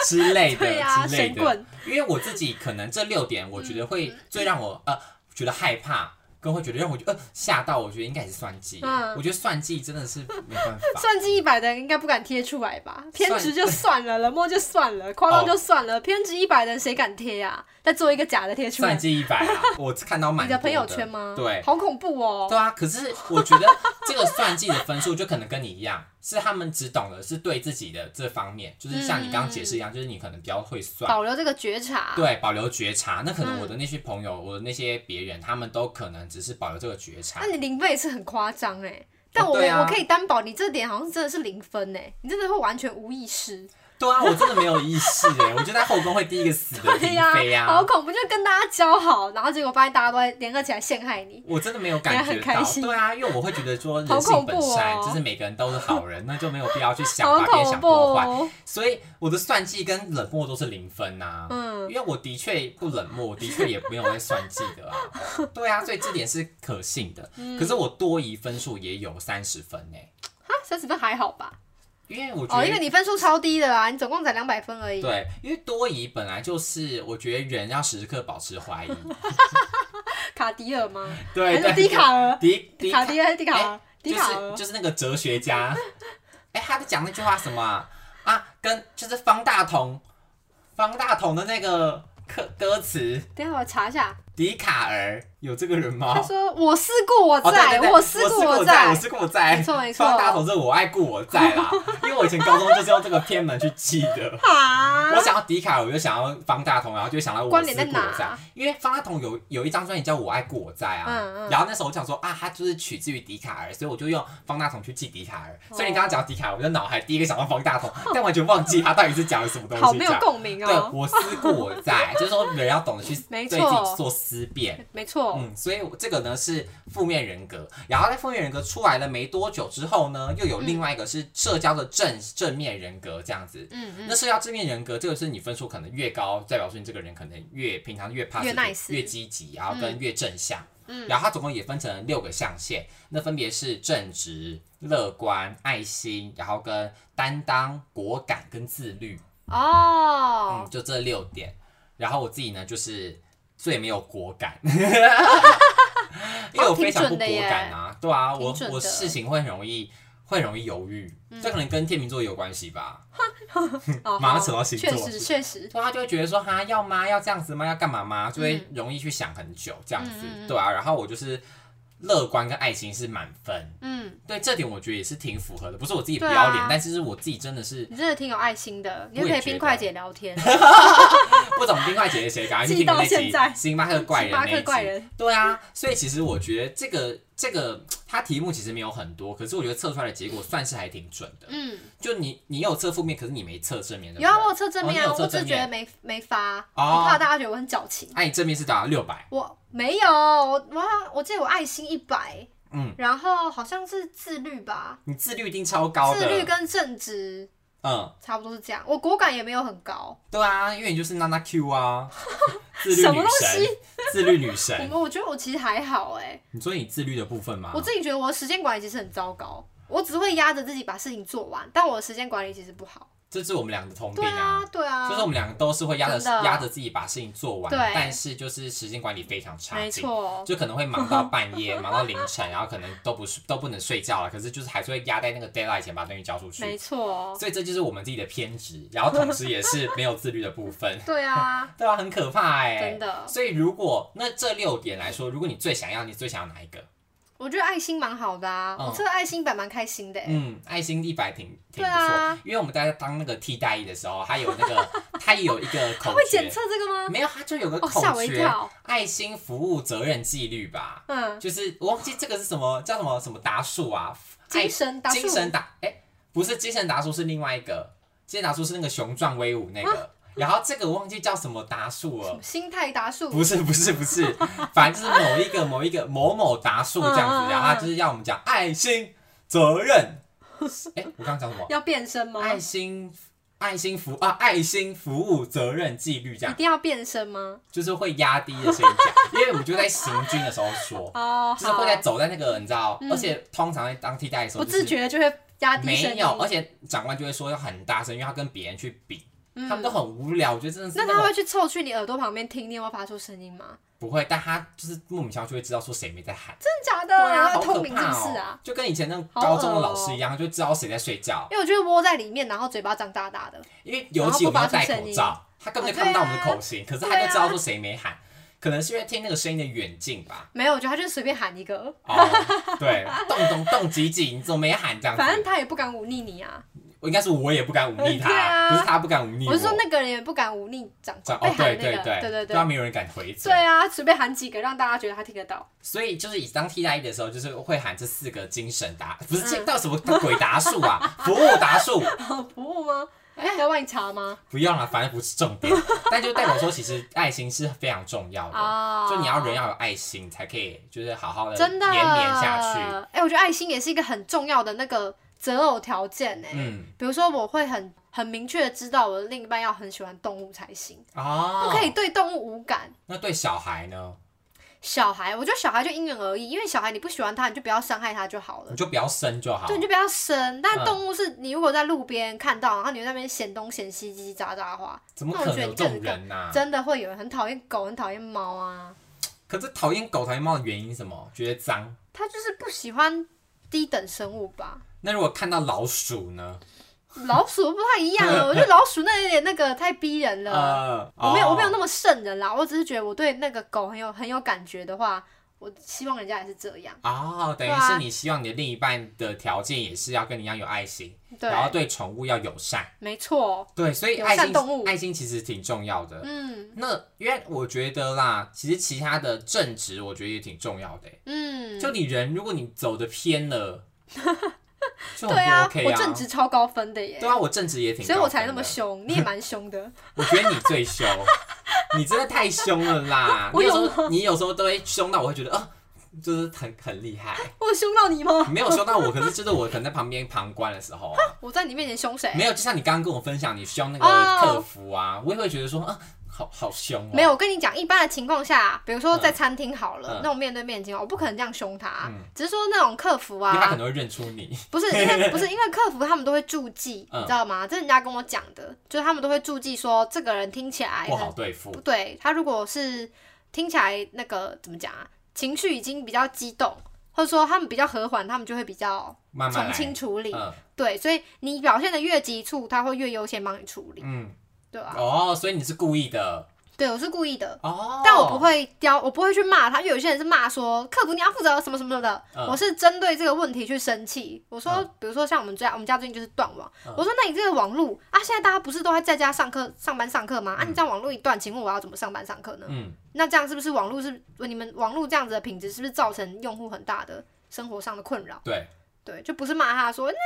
[SPEAKER 2] 之类的
[SPEAKER 1] 对啊，
[SPEAKER 2] 之类
[SPEAKER 1] 神
[SPEAKER 2] 的。
[SPEAKER 1] 棍，嗯
[SPEAKER 2] 因为我自己可能这六点，我觉得会最让我呃觉得害怕，跟会觉得让我觉得呃吓到，我觉得应该也是算计。
[SPEAKER 1] 嗯
[SPEAKER 2] 我觉得算计真的是没办 法。
[SPEAKER 1] 算计一百的人应该不敢贴出来吧？偏
[SPEAKER 2] 算哦
[SPEAKER 1] 执就算了，冷漠就算 了，夸张就算了，偏执一百的人谁敢贴呀、再做一个假的贴出
[SPEAKER 2] 算
[SPEAKER 1] 来，
[SPEAKER 2] 计一百 啊，我看到蛮
[SPEAKER 1] 你的
[SPEAKER 2] 多
[SPEAKER 1] 朋友圈吗？
[SPEAKER 2] 对，
[SPEAKER 1] 好恐怖哦。
[SPEAKER 2] 对啊，可是我觉得这个算计的分数就可能跟你一样，是他们只懂的是对自己的这方面，就是像你刚刚解释一样，就是你可能比较会算，
[SPEAKER 1] 保留这个觉察，
[SPEAKER 2] 啊
[SPEAKER 1] 嗯
[SPEAKER 2] 对，啊保留觉察。那可能我的那些朋友，我的那些别人，他们都可能只是保留这个觉察
[SPEAKER 1] 那。你零分也是很夸张哎。但
[SPEAKER 2] 哦
[SPEAKER 1] 我、
[SPEAKER 2] 对啊
[SPEAKER 1] 我可以担保，你这点好像真的是零分哎，你真的会完全无意 识。
[SPEAKER 2] 对啊，我真的没有意识哎，我就在后宫会第一个死 的嫔妃
[SPEAKER 1] 好
[SPEAKER 2] 啊。
[SPEAKER 1] 恐怖！就跟大家交好，然后结果发现大家都在联合起来陷害你。
[SPEAKER 2] 我真的没有感
[SPEAKER 1] 你还
[SPEAKER 2] 觉
[SPEAKER 1] 很开
[SPEAKER 2] 到，
[SPEAKER 1] 心
[SPEAKER 2] 对啊，因为我会觉得说
[SPEAKER 1] 好
[SPEAKER 2] 人
[SPEAKER 1] 恐怖
[SPEAKER 2] 性本善，
[SPEAKER 1] 哦
[SPEAKER 2] 就是每个人都是好人，那就没有必要去想
[SPEAKER 1] 好
[SPEAKER 2] 把别人
[SPEAKER 1] 恐
[SPEAKER 2] 想
[SPEAKER 1] 怖、
[SPEAKER 2] 多坏。
[SPEAKER 1] 哦！
[SPEAKER 2] 所以我的算计跟冷漠都是零分呐、
[SPEAKER 1] 嗯
[SPEAKER 2] 因为我的确不冷漠，我的确也没有在算计的啊。对啊，所以这点是可信的。
[SPEAKER 1] 嗯
[SPEAKER 2] 可是我多疑分数也有三十分呢、
[SPEAKER 1] 哈，三十分还好吧？
[SPEAKER 2] 因为我觉
[SPEAKER 1] 哦，
[SPEAKER 2] 得、
[SPEAKER 1] 因为你分数超低的啊啦，你总共才两百分而已。
[SPEAKER 2] 对，啊因为多疑本来就是我觉得人要时时刻保持 怀疑。
[SPEAKER 1] 卡迪尔吗？
[SPEAKER 2] 对
[SPEAKER 1] 还是
[SPEAKER 2] 对，
[SPEAKER 1] 迪卡尔？
[SPEAKER 2] 迪 迪
[SPEAKER 1] 卡迪尔还是迪卡
[SPEAKER 2] 哎
[SPEAKER 1] 尔？迪
[SPEAKER 2] 就
[SPEAKER 1] 卡
[SPEAKER 2] 是
[SPEAKER 1] 尔？
[SPEAKER 2] 就是那个哲学家，哎、他在讲那句话什么啊？啊跟就是方大同，方大同的那个歌歌词。
[SPEAKER 1] 等一下我查一下。
[SPEAKER 2] 笛卡尔有这个人吗
[SPEAKER 1] 他？说我思故我
[SPEAKER 2] 哦，对
[SPEAKER 1] 在，
[SPEAKER 2] 对对，
[SPEAKER 1] 我
[SPEAKER 2] 我
[SPEAKER 1] 思故
[SPEAKER 2] 故我
[SPEAKER 1] 在
[SPEAKER 2] 我。思故我在，
[SPEAKER 1] 没错没错
[SPEAKER 2] 方大同是我爱故我在啦，因为我以前高中就是用这个偏门去记的。
[SPEAKER 1] 啊
[SPEAKER 2] 我想要笛卡尔，我就想要方大同，然后就想到我
[SPEAKER 1] 关
[SPEAKER 2] 思
[SPEAKER 1] 联
[SPEAKER 2] 故
[SPEAKER 1] 在
[SPEAKER 2] 我在
[SPEAKER 1] 哪，
[SPEAKER 2] 因为方大同有有一张专辑叫《我爱故我在》啊，
[SPEAKER 1] 嗯嗯
[SPEAKER 2] 然后那时候我想说啊，他就是取自于笛卡尔，所以我就用方大同去记笛卡尔。
[SPEAKER 1] 哦
[SPEAKER 2] 所以你刚刚讲笛卡尔，我就脑海第一个想到方大同，但完全忘记他到底是讲了什么东
[SPEAKER 1] 好
[SPEAKER 2] 西。
[SPEAKER 1] 没有
[SPEAKER 2] 这样
[SPEAKER 1] 共鸣
[SPEAKER 2] 对
[SPEAKER 1] 哦，。
[SPEAKER 2] 我思故我在， 就是说人要懂得去
[SPEAKER 1] 没
[SPEAKER 2] 对自
[SPEAKER 1] 错
[SPEAKER 2] 己做思辨。
[SPEAKER 1] 没错，
[SPEAKER 2] 嗯，所以我这个呢是负面人格，然后在负面人格出来了没多久之后呢，又有
[SPEAKER 1] 嗯
[SPEAKER 2] 另外一个是社交的正正面人格这样子。
[SPEAKER 1] 嗯嗯，
[SPEAKER 2] 那社交正面人格，这个是你分数可能越高，代表说你这个人可能越平常越 positive，
[SPEAKER 1] nice
[SPEAKER 2] 越积极，然后跟越正向。嗯，然后它总共也分成六个象限，那分别是正直、乐观、爱心，然后跟担当、果敢跟自律。嗯
[SPEAKER 1] 哦，，
[SPEAKER 2] 就这六点。然后我自己呢，就是最没有果敢， 因
[SPEAKER 1] 哦
[SPEAKER 2] 为我非常不果敢啊。对啊，我
[SPEAKER 1] 挺准的嗯
[SPEAKER 2] 我事情会很容易，会容易犹豫，这可能跟天秤座有关系
[SPEAKER 1] 哦
[SPEAKER 2] 吧。嗯马上扯到星座
[SPEAKER 1] 确实确实，
[SPEAKER 2] 所以他就会觉得说，哈，要吗？要这样子吗？要干嘛吗？就
[SPEAKER 1] 嗯
[SPEAKER 2] 会容易去想很久这样子。对啊，然后我就是乐观跟爱心是满分，
[SPEAKER 1] 嗯，
[SPEAKER 2] 对这点我觉得也是挺符合的。不是我自己不
[SPEAKER 1] 对啊
[SPEAKER 2] 要脸，但是是我自己真的是
[SPEAKER 1] 你真的挺有爱心的，你
[SPEAKER 2] 我
[SPEAKER 1] 也
[SPEAKER 2] 也
[SPEAKER 1] 可以
[SPEAKER 2] 觉
[SPEAKER 1] 冰
[SPEAKER 2] 得
[SPEAKER 1] 块姐聊天，
[SPEAKER 2] 不懂冰块姐姐谁，赶快去听
[SPEAKER 1] 记到
[SPEAKER 2] 那集
[SPEAKER 1] 现在
[SPEAKER 2] 星巴克怪人
[SPEAKER 1] 星巴
[SPEAKER 2] 那
[SPEAKER 1] 克
[SPEAKER 2] 一集
[SPEAKER 1] 怪。人，
[SPEAKER 2] 对啊，所以其实我觉得这个这个它题目其实没有很多，可是我觉得测出来的结果算是还挺准的。
[SPEAKER 1] 嗯，
[SPEAKER 2] 就你你有测负面，可是你没测正面的。
[SPEAKER 1] 有啊，我有测正面啊，
[SPEAKER 2] 哦你有测
[SPEAKER 1] 我只是
[SPEAKER 2] 正
[SPEAKER 1] 觉
[SPEAKER 2] 面
[SPEAKER 1] 得没没发，我
[SPEAKER 2] 哦
[SPEAKER 1] 怕大家觉得我很矫情。
[SPEAKER 2] 那、啊你正面是打六百，
[SPEAKER 1] 我没有，我我好像我记得我爱心一百，
[SPEAKER 2] 嗯，
[SPEAKER 1] 然后好像是自律吧，
[SPEAKER 2] 你自律一定超高的。
[SPEAKER 1] 自律跟正直
[SPEAKER 2] 嗯，
[SPEAKER 1] 差不多是这样。我果敢也没有很高，
[SPEAKER 2] 对啊，因为你就是娜娜 Q 啊，自律
[SPEAKER 1] 什么
[SPEAKER 2] 女
[SPEAKER 1] 东
[SPEAKER 2] 神，自律女神。
[SPEAKER 1] 我我觉得我其实还好哎、
[SPEAKER 2] 你说你自律的部分吗
[SPEAKER 1] 我？自己觉得我的时间管理其实很糟糕，我只会压着自己把事情做完，但我的时间管理其实不好。
[SPEAKER 2] 这是我们两个的通病
[SPEAKER 1] 对啊，对啊，
[SPEAKER 2] 就是我们两个都是会压着
[SPEAKER 1] 真的
[SPEAKER 2] 压着自己把事情做完，
[SPEAKER 1] 对
[SPEAKER 2] 但是就是时间管理非常差劲。
[SPEAKER 1] 没错，
[SPEAKER 2] 就可能会忙到半夜，忙到凌 晨，然后可能都不睡都不能睡觉了，可是就是还是会压在那个 d a y l i g h t 前把东西交出
[SPEAKER 1] 没
[SPEAKER 2] 去，
[SPEAKER 1] 错，。
[SPEAKER 2] 所以这就是我们自己的偏执，然后同时也是没有自律的部分
[SPEAKER 1] 对啊，
[SPEAKER 2] 对啊，很可怕哎、
[SPEAKER 1] 真的
[SPEAKER 2] 所以如果那这六点来说，如果你最想要，你最想要哪一个？
[SPEAKER 1] 我觉得爱心蛮好的啊，
[SPEAKER 2] 嗯
[SPEAKER 1] 我测爱心版蛮开心的、欸。
[SPEAKER 2] 嗯，爱心一百挺挺不
[SPEAKER 1] 对
[SPEAKER 2] 错，
[SPEAKER 1] 啊
[SPEAKER 2] 因为我们大家当那个替代役的时候，他有那 个他也有一个
[SPEAKER 1] 他
[SPEAKER 2] 口
[SPEAKER 1] 会检
[SPEAKER 2] 诀，
[SPEAKER 1] 测这个吗？
[SPEAKER 2] 没有他就有个
[SPEAKER 1] 哦，
[SPEAKER 2] 口
[SPEAKER 1] 吓我一
[SPEAKER 2] 诀，
[SPEAKER 1] 跳。
[SPEAKER 2] 爱心服务责任纪律吧。
[SPEAKER 1] 嗯，
[SPEAKER 2] 就是我忘记这个是什么叫什么什么达数啊，爱
[SPEAKER 1] 精神达
[SPEAKER 2] 精
[SPEAKER 1] 数啊
[SPEAKER 2] 神达哎、不是精神达叔是另外一个，精神达叔是那个雄壮威武那个，然后这个我忘记叫什么达数了，
[SPEAKER 1] 心态达数
[SPEAKER 2] 不是不是不是，反正就是某一个某一个某某达数这样
[SPEAKER 1] 嗯嗯
[SPEAKER 2] 子，
[SPEAKER 1] 嗯
[SPEAKER 2] 然后他就是要我们讲爱心、责任。哎、我刚刚讲什么？
[SPEAKER 1] 要变身吗？
[SPEAKER 2] 爱心、爱心服啊，爱心服务、责任、纪律这
[SPEAKER 1] 一
[SPEAKER 2] 样，
[SPEAKER 1] 定要变身吗？
[SPEAKER 2] 就是会压低的声音讲，因为我们就在行军的时候 说，
[SPEAKER 1] 哦，
[SPEAKER 2] 就是
[SPEAKER 1] 好
[SPEAKER 2] 会，在走在那个你知道，而且通常在当替代的时候、
[SPEAKER 1] 嗯不
[SPEAKER 2] 就是，
[SPEAKER 1] 自觉就会压低声
[SPEAKER 2] 没
[SPEAKER 1] 音。
[SPEAKER 2] 有，而且长官就会说要很大声，因为他跟别人去比，
[SPEAKER 1] 嗯
[SPEAKER 2] 他们都很无聊，我觉得真的是
[SPEAKER 1] 那
[SPEAKER 2] 种
[SPEAKER 1] 他会去凑去你耳朵旁边听，你有没有发出声音吗？
[SPEAKER 2] 不会，但他就是莫名其妙就会知道说谁没在喊。
[SPEAKER 1] 真的假的？
[SPEAKER 2] 对啊，
[SPEAKER 1] 然
[SPEAKER 2] 好
[SPEAKER 1] 后
[SPEAKER 2] 可
[SPEAKER 1] 通灵是
[SPEAKER 2] 怕
[SPEAKER 1] 不
[SPEAKER 2] 哦！
[SPEAKER 1] 是啊？
[SPEAKER 2] 就跟以前那种
[SPEAKER 1] 好
[SPEAKER 2] 高中
[SPEAKER 1] 恶
[SPEAKER 2] 的老
[SPEAKER 1] 哦
[SPEAKER 2] 师一样，就知道谁在睡觉，
[SPEAKER 1] 因为我觉得窝在里面，然后嘴巴张大大的，
[SPEAKER 2] 因为尤其我们要戴口
[SPEAKER 1] 然
[SPEAKER 2] 罩，他根本就
[SPEAKER 1] 哦
[SPEAKER 2] 看不到我
[SPEAKER 1] 对
[SPEAKER 2] 们
[SPEAKER 1] 啊
[SPEAKER 2] 的口型，可是他
[SPEAKER 1] 对
[SPEAKER 2] 就
[SPEAKER 1] 啊
[SPEAKER 2] 知道说谁没喊，可能是因为听那个声音的远近 吧。
[SPEAKER 1] 没有，我觉得他就是随便喊一个，
[SPEAKER 2] 哦，对，动动动几几，你怎么没喊这样
[SPEAKER 1] 反正
[SPEAKER 2] 子？
[SPEAKER 1] 他也不敢忤逆你啊。
[SPEAKER 2] 我应该是我也不敢忤逆
[SPEAKER 1] 对
[SPEAKER 2] 他，
[SPEAKER 1] 啊
[SPEAKER 2] 不是他不敢忤逆
[SPEAKER 1] 我
[SPEAKER 2] 我。
[SPEAKER 1] 是说那个人也不敢忤逆长
[SPEAKER 2] 这
[SPEAKER 1] 官
[SPEAKER 2] 样
[SPEAKER 1] 被
[SPEAKER 2] 哦，
[SPEAKER 1] 喊
[SPEAKER 2] 对
[SPEAKER 1] 的那
[SPEAKER 2] 对
[SPEAKER 1] 个，对
[SPEAKER 2] 对
[SPEAKER 1] 对
[SPEAKER 2] 对，，没有人敢回嘴
[SPEAKER 1] 对。啊，随便喊几个让大家觉得他听得到。
[SPEAKER 2] 所以就是以当替代役的时候，就是会喊这四个精神达，不是
[SPEAKER 1] 嗯
[SPEAKER 2] 这到什么鬼达数啊， 服务达数。
[SPEAKER 1] 服务吗？
[SPEAKER 2] 哎
[SPEAKER 1] 要帮你查吗？
[SPEAKER 2] 不用了，反正不是重点。 但就代表说，其实爱心是非常重要的。
[SPEAKER 1] 啊
[SPEAKER 2] 哦就你要人要有爱心，才可以就是好好的
[SPEAKER 1] 真的
[SPEAKER 2] 延绵呃下去。。
[SPEAKER 1] 哎、我觉得爱心也是一个很重要的那个择偶条件哎、
[SPEAKER 2] 嗯，
[SPEAKER 1] 比如说，我会很很明确的知道我的另一半要很喜欢动物才行，
[SPEAKER 2] 哦，
[SPEAKER 1] 不可以。对动物无感。
[SPEAKER 2] 那对小孩呢？
[SPEAKER 1] 小孩，我觉得小孩就因人而异，因为小孩你不喜欢他，你就不要伤害他就好了
[SPEAKER 2] 你。就不要生就好
[SPEAKER 1] 对，。你就不要生。但
[SPEAKER 2] 嗯
[SPEAKER 1] 动物是你如果在路边看到，然后你在那边嫌东嫌西、叽叽喳喳的话，
[SPEAKER 2] 怎么可能有这种人呐、
[SPEAKER 1] 真的会有人很讨厌狗、很讨厌猫啊。
[SPEAKER 2] 可是讨厌狗、讨厌猫的原因是什么？觉得脏。
[SPEAKER 1] 他就是不喜欢低等生物吧？
[SPEAKER 2] 那如果看到老鼠呢？
[SPEAKER 1] 老鼠不太一样 啊，我觉得老鼠那有点那个太逼人了。
[SPEAKER 2] 呃，
[SPEAKER 1] 我没有，
[SPEAKER 2] 哦
[SPEAKER 1] 我没有那么圣人啦，我只是觉得我对那个狗很有很有感觉的话，我希望人家也是这样。
[SPEAKER 2] 哦，等于
[SPEAKER 1] 对啊
[SPEAKER 2] 是你希望你的另一半的条件也是要跟你一样有爱心，
[SPEAKER 1] 对，
[SPEAKER 2] 然后对宠物要友善。
[SPEAKER 1] 没错，
[SPEAKER 2] 对，所以
[SPEAKER 1] 友
[SPEAKER 2] 爱
[SPEAKER 1] 善
[SPEAKER 2] 心
[SPEAKER 1] 动物
[SPEAKER 2] 爱心其实挺重要的。
[SPEAKER 1] 嗯
[SPEAKER 2] 那因为我觉得啦，其实其他的正职我觉得也挺重要的欸、
[SPEAKER 1] 嗯，
[SPEAKER 2] 就你人，如果你走的 偏了，就很
[SPEAKER 1] 对啊，
[SPEAKER 2] 不 OK
[SPEAKER 1] 我正
[SPEAKER 2] 啊。
[SPEAKER 1] 职超高分的耶
[SPEAKER 2] 对，啊，我正职也挺，
[SPEAKER 1] 所以我才那么。凶，你 也蛮凶的。
[SPEAKER 2] 我觉得你最凶，你真的太凶了 啦！
[SPEAKER 1] 我
[SPEAKER 2] 你有
[SPEAKER 1] 有
[SPEAKER 2] 时候你有时候都会凶到我，会觉得啊、就是很很厉害。
[SPEAKER 1] 我有凶到你吗？
[SPEAKER 2] 你没有凶到我，可是就是我可能在旁边旁观的时候啊，
[SPEAKER 1] 我在你面前凶谁？
[SPEAKER 2] 没有，就像你刚刚跟我分享你凶那
[SPEAKER 1] 哦
[SPEAKER 2] 个客服啊，我也会觉得说啊，好好凶哦。
[SPEAKER 1] 没有，我跟你讲，一般的情况下，比如说在餐厅好了，
[SPEAKER 2] 嗯
[SPEAKER 1] 那种面对面的情况，我不可能这样凶他，
[SPEAKER 2] 嗯
[SPEAKER 1] 只是说那种客服
[SPEAKER 2] 因为他可
[SPEAKER 1] 啊，
[SPEAKER 2] 能会认出你。
[SPEAKER 1] 不是因为不是因为客服他们都会注记，
[SPEAKER 2] 嗯
[SPEAKER 1] 你知道吗？这是人家跟我讲的，就是他们都会注记说这个人听起来
[SPEAKER 2] 不好
[SPEAKER 1] 很
[SPEAKER 2] 对付
[SPEAKER 1] 不。对，他如果是听起来那个怎么讲啊，情绪已经比较激动，或者说他们比较和缓，他们就会比较
[SPEAKER 2] 慢慢
[SPEAKER 1] 从
[SPEAKER 2] 来。
[SPEAKER 1] 轻处理。
[SPEAKER 2] 嗯
[SPEAKER 1] 对，所以你表现的越急促，他会越优先帮你处理，
[SPEAKER 2] 嗯，
[SPEAKER 1] 对吧、
[SPEAKER 2] 哦，所以你是故意的
[SPEAKER 1] 对，我是故意的。
[SPEAKER 2] 哦，
[SPEAKER 1] 但我不会刁，我不会去骂他，因为有些人是骂说客服你要负责什么什么的，
[SPEAKER 2] 嗯
[SPEAKER 1] 我是针对这个问题去生气。我说，比如说像我们家，我们家最近就是断网，
[SPEAKER 2] 嗯
[SPEAKER 1] 我说那你这个网路啊，现在大家不是都还在家上课、上班、上课吗？啊，你这样网路一断，请问我要怎么上班上课呢？
[SPEAKER 2] 嗯，
[SPEAKER 1] 那这样是不是网络是你们网络这样子的品质，是不是造成用户很大的生活上的困扰？
[SPEAKER 2] 对，
[SPEAKER 1] 对，就不是骂他说，那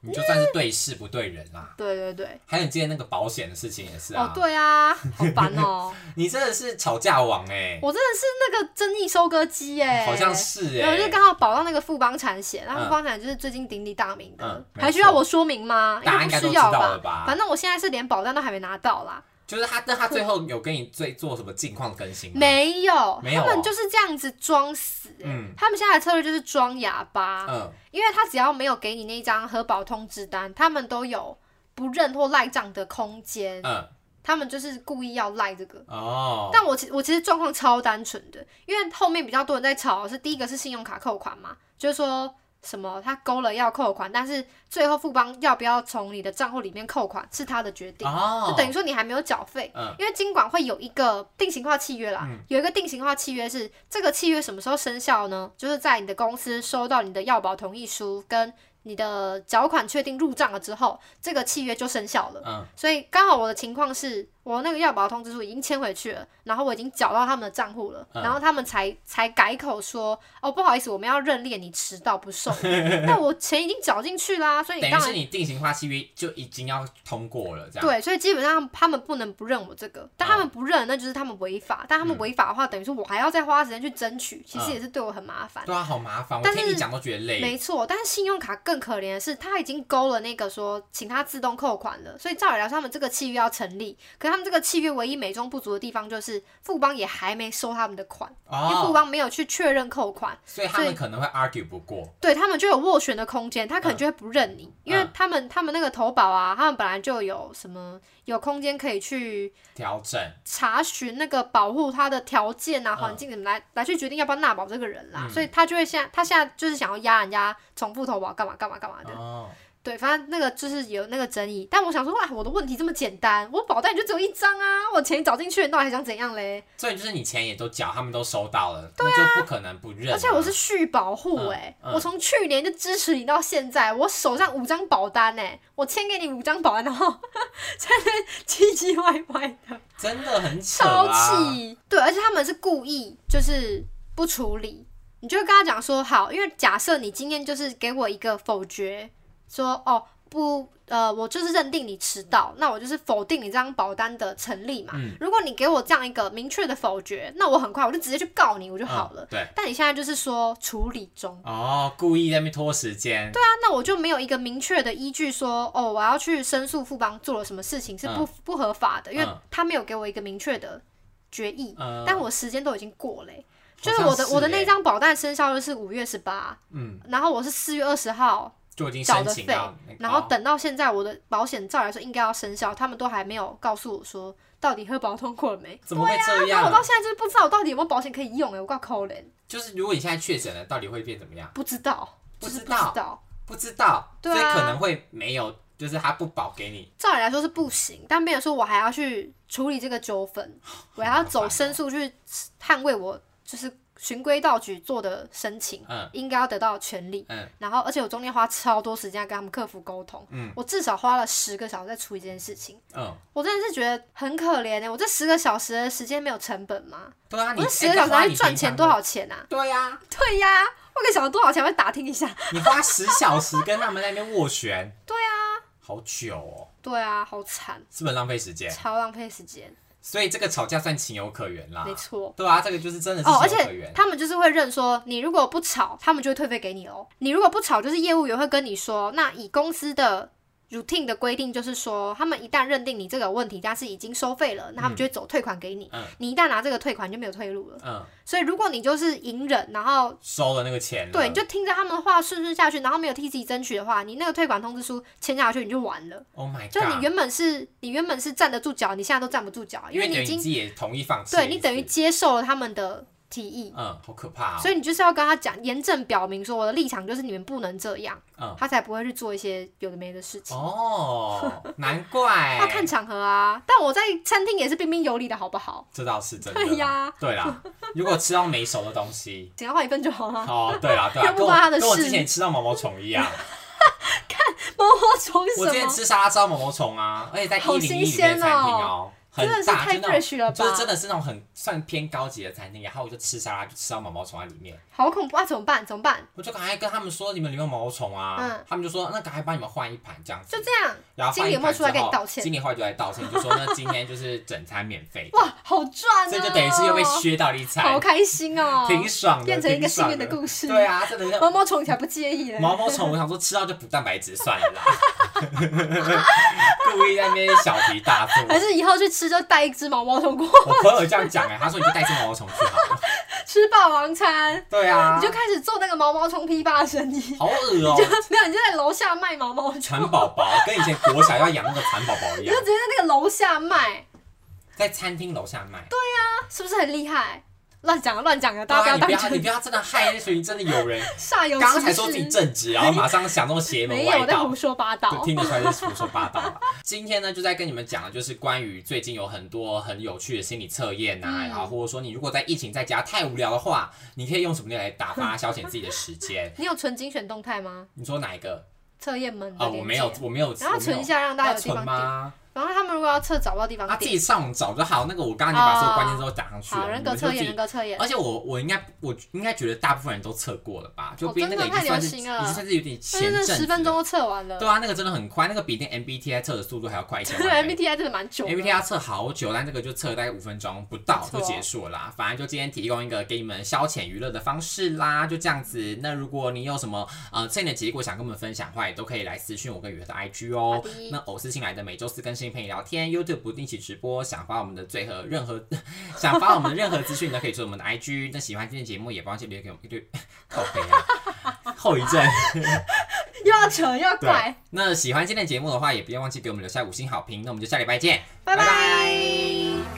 [SPEAKER 2] 你就算是对事不对人啦。
[SPEAKER 1] 对对对，
[SPEAKER 2] 还有你之前那个保险的事情也是啊，
[SPEAKER 1] 哦对啊，好烦 哦，
[SPEAKER 2] 你真的是吵架王哎、
[SPEAKER 1] 我真的是那个争议收割机哎、
[SPEAKER 2] 好像是
[SPEAKER 1] 然后
[SPEAKER 2] 哎、
[SPEAKER 1] 就刚好保到那个富邦产险，然后
[SPEAKER 2] 嗯
[SPEAKER 1] 富邦产就是最近鼎鼎大名的
[SPEAKER 2] 嗯，没
[SPEAKER 1] 还需要我说明吗？
[SPEAKER 2] 大家
[SPEAKER 1] 应
[SPEAKER 2] 应
[SPEAKER 1] 该
[SPEAKER 2] 该
[SPEAKER 1] 不
[SPEAKER 2] 都
[SPEAKER 1] 需
[SPEAKER 2] 知
[SPEAKER 1] 要
[SPEAKER 2] 道
[SPEAKER 1] 吧
[SPEAKER 2] 了？吧？
[SPEAKER 1] 反正我现在是连保单都还没拿到啦，
[SPEAKER 2] 就是他，但他最后有跟你最做什么近况更新吗？
[SPEAKER 1] 没有，
[SPEAKER 2] 没有哦
[SPEAKER 1] 他们就是这样子装死、欸
[SPEAKER 2] 嗯
[SPEAKER 1] 他们现在的策略就是装哑巴，
[SPEAKER 2] 嗯，
[SPEAKER 1] 因为他只要没有给你那张核保通知单，他们都有不认或赖账的空间，
[SPEAKER 2] 嗯
[SPEAKER 1] 他们就是故意要赖这个。
[SPEAKER 2] 哦，
[SPEAKER 1] 但我其我其实状况超单纯的，因为后面比较多人在吵的是第一个是信用卡扣款嘛，就是说什么他勾了要扣款，但是最后富邦要不要从你的账户里面扣款是他的决定，
[SPEAKER 2] 哦
[SPEAKER 1] 就，等于说你还没有缴费。
[SPEAKER 2] 嗯
[SPEAKER 1] 因为金管会有一个定型化契约啦，
[SPEAKER 2] 嗯
[SPEAKER 1] 有一个定型化契约是这个契约什么时候生效呢？就是在你的公司收到你的要保同意书跟你的缴款确定入账了之后，这个契约就生效了。
[SPEAKER 2] 嗯
[SPEAKER 1] 所以刚好我的情况是，我那个要保通知书已经签回去了，然后我已经缴到他们的账户了，
[SPEAKER 2] 嗯
[SPEAKER 1] 然后他们才才改口说，哦，不好意思，我们要认列你迟到不 受理。但我钱已经缴进去啦，所以
[SPEAKER 2] 等
[SPEAKER 1] 你
[SPEAKER 2] 于
[SPEAKER 1] 当
[SPEAKER 2] 是
[SPEAKER 1] 然
[SPEAKER 2] 你定型化契约就已经要通过了，这样。
[SPEAKER 1] 对，所以基本上他们不能不认我这个，但他
[SPEAKER 2] 嗯
[SPEAKER 1] 们不认，那就是他们违法。但他们
[SPEAKER 2] 嗯
[SPEAKER 1] 违法的话，等于说我还要再花时间去争取，其实
[SPEAKER 2] 嗯
[SPEAKER 1] 也是对我很麻烦。
[SPEAKER 2] 对啊，好麻烦，我
[SPEAKER 1] 但是
[SPEAKER 2] 听你讲都觉得累。
[SPEAKER 1] 没错，但是信用卡更可怜的是，他已经勾了那个说请他自动扣款了，所以照理来说，他们这个契约要成立。可他们这个契约唯一美中不足的地方就是，富邦也还没收他们的款，因为富
[SPEAKER 2] 哦，
[SPEAKER 1] 邦没有去确认扣款，
[SPEAKER 2] 所以他
[SPEAKER 1] 所
[SPEAKER 2] 们
[SPEAKER 1] 以
[SPEAKER 2] 可能会 argue 不过。
[SPEAKER 1] 对他们就有斡旋的空间，他可能就会不认你，因为
[SPEAKER 2] 嗯
[SPEAKER 1] 他们他们那个投保啊，他们本来就有什么有空间可以去
[SPEAKER 2] 调整，
[SPEAKER 1] 查询那个保护他的条件啊、
[SPEAKER 2] 嗯
[SPEAKER 1] 环境怎么来、来去决定要不要纳保这个人啦，
[SPEAKER 2] 嗯
[SPEAKER 1] 所以他就会现在他现在就是想要压人家重复投保干嘛干嘛干嘛的。
[SPEAKER 2] 哦，
[SPEAKER 1] 对，反正那个就是有那个争议，但我想说，哇，我的问题这么简单，我保单就只有一张啊，我钱找进去，你到底还想怎样嘞？
[SPEAKER 2] 所以就是你钱也都缴，他们都收到了，那就不可能不认啊。
[SPEAKER 1] 而且我是续保户
[SPEAKER 2] 嗯
[SPEAKER 1] 哎、
[SPEAKER 2] 嗯
[SPEAKER 1] 我从去年就支持你到现在，我手上五张保单哎、我签给你五张保单，然后 在那唧唧歪歪的，
[SPEAKER 2] 真的很扯
[SPEAKER 1] 超
[SPEAKER 2] 啊！
[SPEAKER 1] 气。对，而且他们是故意就是不处理，你就会跟他讲说好，因为假设你今天就是给我一个否决，说哦不，呃，我就是认定你迟到，那我就是否定你这张保单的成立嘛。
[SPEAKER 2] 嗯
[SPEAKER 1] 如果你给我这样一个明确的否决，那我很快我就直接去告你，我就好了。
[SPEAKER 2] 嗯对，
[SPEAKER 1] 但你现在就是说处理中，
[SPEAKER 2] 哦，故意在那边拖时间。对
[SPEAKER 1] 那那我就没有一个明确的依据说，哦，我要去申诉富邦做了什么事情是不、不合法的，因为
[SPEAKER 2] 嗯
[SPEAKER 1] 他没有给我一个明确的决议，
[SPEAKER 2] 嗯
[SPEAKER 1] 但我时间都已经过了欸、就
[SPEAKER 2] 好
[SPEAKER 1] 是
[SPEAKER 2] 像
[SPEAKER 1] 我的我的
[SPEAKER 2] 是
[SPEAKER 1] 那
[SPEAKER 2] 欸
[SPEAKER 1] 张保单生效日是五月十八，
[SPEAKER 2] 嗯，
[SPEAKER 1] 然后我是四月二十号
[SPEAKER 2] 就已经
[SPEAKER 1] 缴
[SPEAKER 2] 申
[SPEAKER 1] 的
[SPEAKER 2] 请
[SPEAKER 1] 费
[SPEAKER 2] 到那，个，
[SPEAKER 1] 然后
[SPEAKER 2] 哦
[SPEAKER 1] 等到现在我的保险照来说应该要生效，他们都还没有告诉我说到底核保通过了没。
[SPEAKER 2] 怎么会
[SPEAKER 1] 那
[SPEAKER 2] 这
[SPEAKER 1] 啊我
[SPEAKER 2] 样
[SPEAKER 1] 到？现在就是不知道我到底有没有保险可以用哎、我告扣人，
[SPEAKER 2] 就是如果你现在确诊了，到底会变怎么样？
[SPEAKER 1] 不知道，
[SPEAKER 2] 不
[SPEAKER 1] 就是
[SPEAKER 2] 知
[SPEAKER 1] 不知
[SPEAKER 2] 道
[SPEAKER 1] 道。
[SPEAKER 2] 不知道，
[SPEAKER 1] 对啊
[SPEAKER 2] 所以可能会没有，就是他不保给你。
[SPEAKER 1] 照理来说是不行，但变成说我还要去处理这个纠纷，我还要
[SPEAKER 2] 哦
[SPEAKER 1] 走申诉去捍卫我就是循规蹈矩做的申请，
[SPEAKER 2] 嗯
[SPEAKER 1] 应该要得到的权利。
[SPEAKER 2] 嗯，
[SPEAKER 1] 然后，而且我中间花超多时间跟他们客服沟通，
[SPEAKER 2] 嗯
[SPEAKER 1] 我至少花了十个小时在处理这件事情，
[SPEAKER 2] 嗯，
[SPEAKER 1] 我真的是觉得很可怜哎、我这十个小时的时间没有成本吗？
[SPEAKER 2] 对啊，
[SPEAKER 1] 我
[SPEAKER 2] 你
[SPEAKER 1] 这十
[SPEAKER 2] 哎
[SPEAKER 1] 个小时
[SPEAKER 2] 花
[SPEAKER 1] 还
[SPEAKER 2] 你
[SPEAKER 1] 赚
[SPEAKER 2] 平
[SPEAKER 1] 钱
[SPEAKER 2] 常
[SPEAKER 1] 多少钱啊？
[SPEAKER 2] 对呀、
[SPEAKER 1] 对呀、我可以想到多少钱？我会打听一下。
[SPEAKER 2] 你花十小时跟他们在那边 斡旋，对啊，好久哦，
[SPEAKER 1] 对啊，好惨，
[SPEAKER 2] 是不是很浪费时间？
[SPEAKER 1] 超浪费时间，
[SPEAKER 2] 所以这个吵架算情有可原啦
[SPEAKER 1] 没，错。
[SPEAKER 2] 对啊，这个就是真的是
[SPEAKER 1] 哦，而
[SPEAKER 2] 情有可
[SPEAKER 1] 且
[SPEAKER 2] 原，
[SPEAKER 1] 他们就是会认说，你如果不吵，他们就会退费给你哦。你如果不吵，就是业务员会跟你说，那以公司的 routine 的规定，就是说，他们一旦认定你这个有问题，但是已经收费了，那他们就会走退款给你。
[SPEAKER 2] 嗯
[SPEAKER 1] 你一旦拿这个退款，你就没有退路了。
[SPEAKER 2] 嗯，
[SPEAKER 1] 所以如果你就是隐忍，然后
[SPEAKER 2] 收了那个钱了，
[SPEAKER 1] 对，你就听着他们的话顺顺下去，然后没有替自己争取的话，你那个退款通知书签下去，你就完了。
[SPEAKER 2] ，Oh my
[SPEAKER 1] 就你
[SPEAKER 2] god，
[SPEAKER 1] 原本是你原本是站得住脚，你现在都站不住脚，因
[SPEAKER 2] 因
[SPEAKER 1] 为
[SPEAKER 2] 为
[SPEAKER 1] 你
[SPEAKER 2] 等于
[SPEAKER 1] 已
[SPEAKER 2] 你
[SPEAKER 1] 经
[SPEAKER 2] 自己也同意放弃的意
[SPEAKER 1] 对
[SPEAKER 2] 思，
[SPEAKER 1] 你等于接受了他们的提议。
[SPEAKER 2] 嗯，好可怕哦，
[SPEAKER 1] 所以你就是要跟他讲，严正表明说我的立场就是你们不能这样，
[SPEAKER 2] 嗯，
[SPEAKER 1] 他才不会去做一些有的没的事情。
[SPEAKER 2] 哦，难怪
[SPEAKER 1] 要，看场合啊，但我在餐厅也是彬彬有礼的好不好？
[SPEAKER 2] 这倒是真的，
[SPEAKER 1] 对呀，
[SPEAKER 2] 对啦，如果吃到没熟的东 西，
[SPEAKER 1] 请他换一份就好了。
[SPEAKER 2] 哦，对啦，对啦，
[SPEAKER 1] 又不
[SPEAKER 2] 跟我
[SPEAKER 1] 关他的
[SPEAKER 2] 跟我
[SPEAKER 1] 事
[SPEAKER 2] 之前吃到毛毛虫一样。
[SPEAKER 1] 毛毛虫
[SPEAKER 2] 我
[SPEAKER 1] 什
[SPEAKER 2] 之前
[SPEAKER 1] 么？
[SPEAKER 2] 吃沙拉知道毛毛虫啊，而且在
[SPEAKER 1] 好
[SPEAKER 2] 一
[SPEAKER 1] 新
[SPEAKER 2] 零一里
[SPEAKER 1] 鲜哦
[SPEAKER 2] 面的餐厅哦，很
[SPEAKER 1] 真的是
[SPEAKER 2] 大，
[SPEAKER 1] 太
[SPEAKER 2] 就那种
[SPEAKER 1] fresh 了吧
[SPEAKER 2] 就是真的是那种很算偏高级的餐厅，然后我就吃沙拉就吃到毛毛虫在里面，
[SPEAKER 1] 好恐怖啊！怎么办？怎么办？
[SPEAKER 2] 我就赶快跟他们说你们里面有毛毛虫啊，
[SPEAKER 1] 嗯
[SPEAKER 2] 他们就说那赶快帮你们换一盘这样子，
[SPEAKER 1] 就这样，
[SPEAKER 2] 然后换
[SPEAKER 1] 经
[SPEAKER 2] 一
[SPEAKER 1] 理有没有
[SPEAKER 2] 盘
[SPEAKER 1] 出
[SPEAKER 2] 之
[SPEAKER 1] 来跟你
[SPEAKER 2] 后
[SPEAKER 1] 道歉
[SPEAKER 2] 经理后来就来道歉，就说那今天就是整餐免费，
[SPEAKER 1] 哇，好赚哦！
[SPEAKER 2] 所以就等于是又被削到了一
[SPEAKER 1] 好
[SPEAKER 2] 餐，
[SPEAKER 1] 开心哦，
[SPEAKER 2] 挺爽的，
[SPEAKER 1] 变成一个
[SPEAKER 2] 挺
[SPEAKER 1] 幸
[SPEAKER 2] 爽
[SPEAKER 1] 运的故事。
[SPEAKER 2] 对啊，真的
[SPEAKER 1] 毛
[SPEAKER 2] 是。
[SPEAKER 1] 毛虫你才不介意嘞。
[SPEAKER 2] 毛毛虫，我想说吃到就补蛋白质算了啦， 故意在那边小题大做。
[SPEAKER 1] 还是以后去吃就带一只毛毛虫过来
[SPEAKER 2] 我朋友这样讲哎、欸，他说你就带只毛毛虫去 好了。
[SPEAKER 1] 吃霸王餐，
[SPEAKER 2] 对啊
[SPEAKER 1] 你，就开始做那个毛毛虫批发的生意。
[SPEAKER 2] 好恶哦、
[SPEAKER 1] 没有，你就在楼下卖毛毛 虫，
[SPEAKER 2] 蚕宝 宝跟以前国小要养那个蚕宝宝一
[SPEAKER 1] 你就
[SPEAKER 2] 样
[SPEAKER 1] 直，接在那个楼下卖，
[SPEAKER 2] 在餐厅楼下卖。
[SPEAKER 1] 是不是很厉害？乱讲啊，乱讲啊，大
[SPEAKER 2] 啊，
[SPEAKER 1] 家啊
[SPEAKER 2] 你
[SPEAKER 1] 不要
[SPEAKER 2] 不要
[SPEAKER 1] 当
[SPEAKER 2] 你
[SPEAKER 1] 真
[SPEAKER 2] 不。要真的害那群真的有人，
[SPEAKER 1] 煞 有
[SPEAKER 2] 刚
[SPEAKER 1] 其事。
[SPEAKER 2] 刚才说自己正直，然后马上想那种邪门
[SPEAKER 1] 没有
[SPEAKER 2] 歪
[SPEAKER 1] 我在
[SPEAKER 2] 道
[SPEAKER 1] 胡。说八
[SPEAKER 2] 就
[SPEAKER 1] 道。
[SPEAKER 2] 听得出来就是胡说八道了。 今天呢，就在跟你们讲的，就是关于最近有很多很有趣的心理测验呐，
[SPEAKER 1] 嗯
[SPEAKER 2] 然后或者说你如果在疫情在家太无聊的话，你可以用什么来打发消遣自己的时间？
[SPEAKER 1] 你有存精选动态吗？
[SPEAKER 2] 你说哪一个？
[SPEAKER 1] 测验门的
[SPEAKER 2] 啊，
[SPEAKER 1] 链接
[SPEAKER 2] 我没有，我没有，
[SPEAKER 1] 然后
[SPEAKER 2] 我没有
[SPEAKER 1] 存一下让大家
[SPEAKER 2] 要
[SPEAKER 1] 有地
[SPEAKER 2] 存
[SPEAKER 1] 方点。
[SPEAKER 2] 吗？啊
[SPEAKER 1] 然后他们如果要测找不到地方
[SPEAKER 2] 他自
[SPEAKER 1] 点，
[SPEAKER 2] 己上网找就好。那个我刚刚已经把所有关键字都打上去了，
[SPEAKER 1] 好，人
[SPEAKER 2] 你
[SPEAKER 1] 格
[SPEAKER 2] 们就
[SPEAKER 1] 测
[SPEAKER 2] 自
[SPEAKER 1] 验，
[SPEAKER 2] 己哦
[SPEAKER 1] 人格测验，
[SPEAKER 2] 而且我我应该我应该觉得大部分人都测过了吧，就
[SPEAKER 1] 哦
[SPEAKER 2] 毕竟那
[SPEAKER 1] 真
[SPEAKER 2] 个
[SPEAKER 1] 的
[SPEAKER 2] 已经
[SPEAKER 1] 太
[SPEAKER 2] 算
[SPEAKER 1] 流
[SPEAKER 2] 是、
[SPEAKER 1] 行
[SPEAKER 2] 已
[SPEAKER 1] 了
[SPEAKER 2] 经算是有点前
[SPEAKER 1] 真的
[SPEAKER 2] 阵
[SPEAKER 1] 十
[SPEAKER 2] 子
[SPEAKER 1] 分钟
[SPEAKER 2] 了。
[SPEAKER 1] 就测完了，
[SPEAKER 2] 对啊，那个真的很快，那个比那 MBTI 测的速度还要快一
[SPEAKER 1] 这
[SPEAKER 2] 千
[SPEAKER 1] 个
[SPEAKER 2] 万倍。
[SPEAKER 1] MBTI 真的蛮久的
[SPEAKER 2] MBTI 测好久，但这个就测了大概五分钟不到
[SPEAKER 1] 没错
[SPEAKER 2] 就结束了啦。反正就今天提供一个给你们消遣娱乐的方式啦，就这样子。那如果你有什么呃测验的结果想跟我们分享的话，也都可以来私讯我跟雨禾的 IG 哦
[SPEAKER 1] 好的。
[SPEAKER 2] 那偶是新来的每周四更新陪你聊天，YouTube 不定期直播，想发我们的最和任何 想发我们的任何资讯都可以追我们的 IG。那喜欢今天的节目也帮记留给我们一对 靠背啊，后遗症。
[SPEAKER 1] 又要扯又要
[SPEAKER 2] 对
[SPEAKER 1] 怪，，
[SPEAKER 2] 那喜欢今天的节目的话，也不要忘记给我们留下五星好评。那我们就下礼拜见，
[SPEAKER 1] 拜
[SPEAKER 2] 拜
[SPEAKER 1] 拜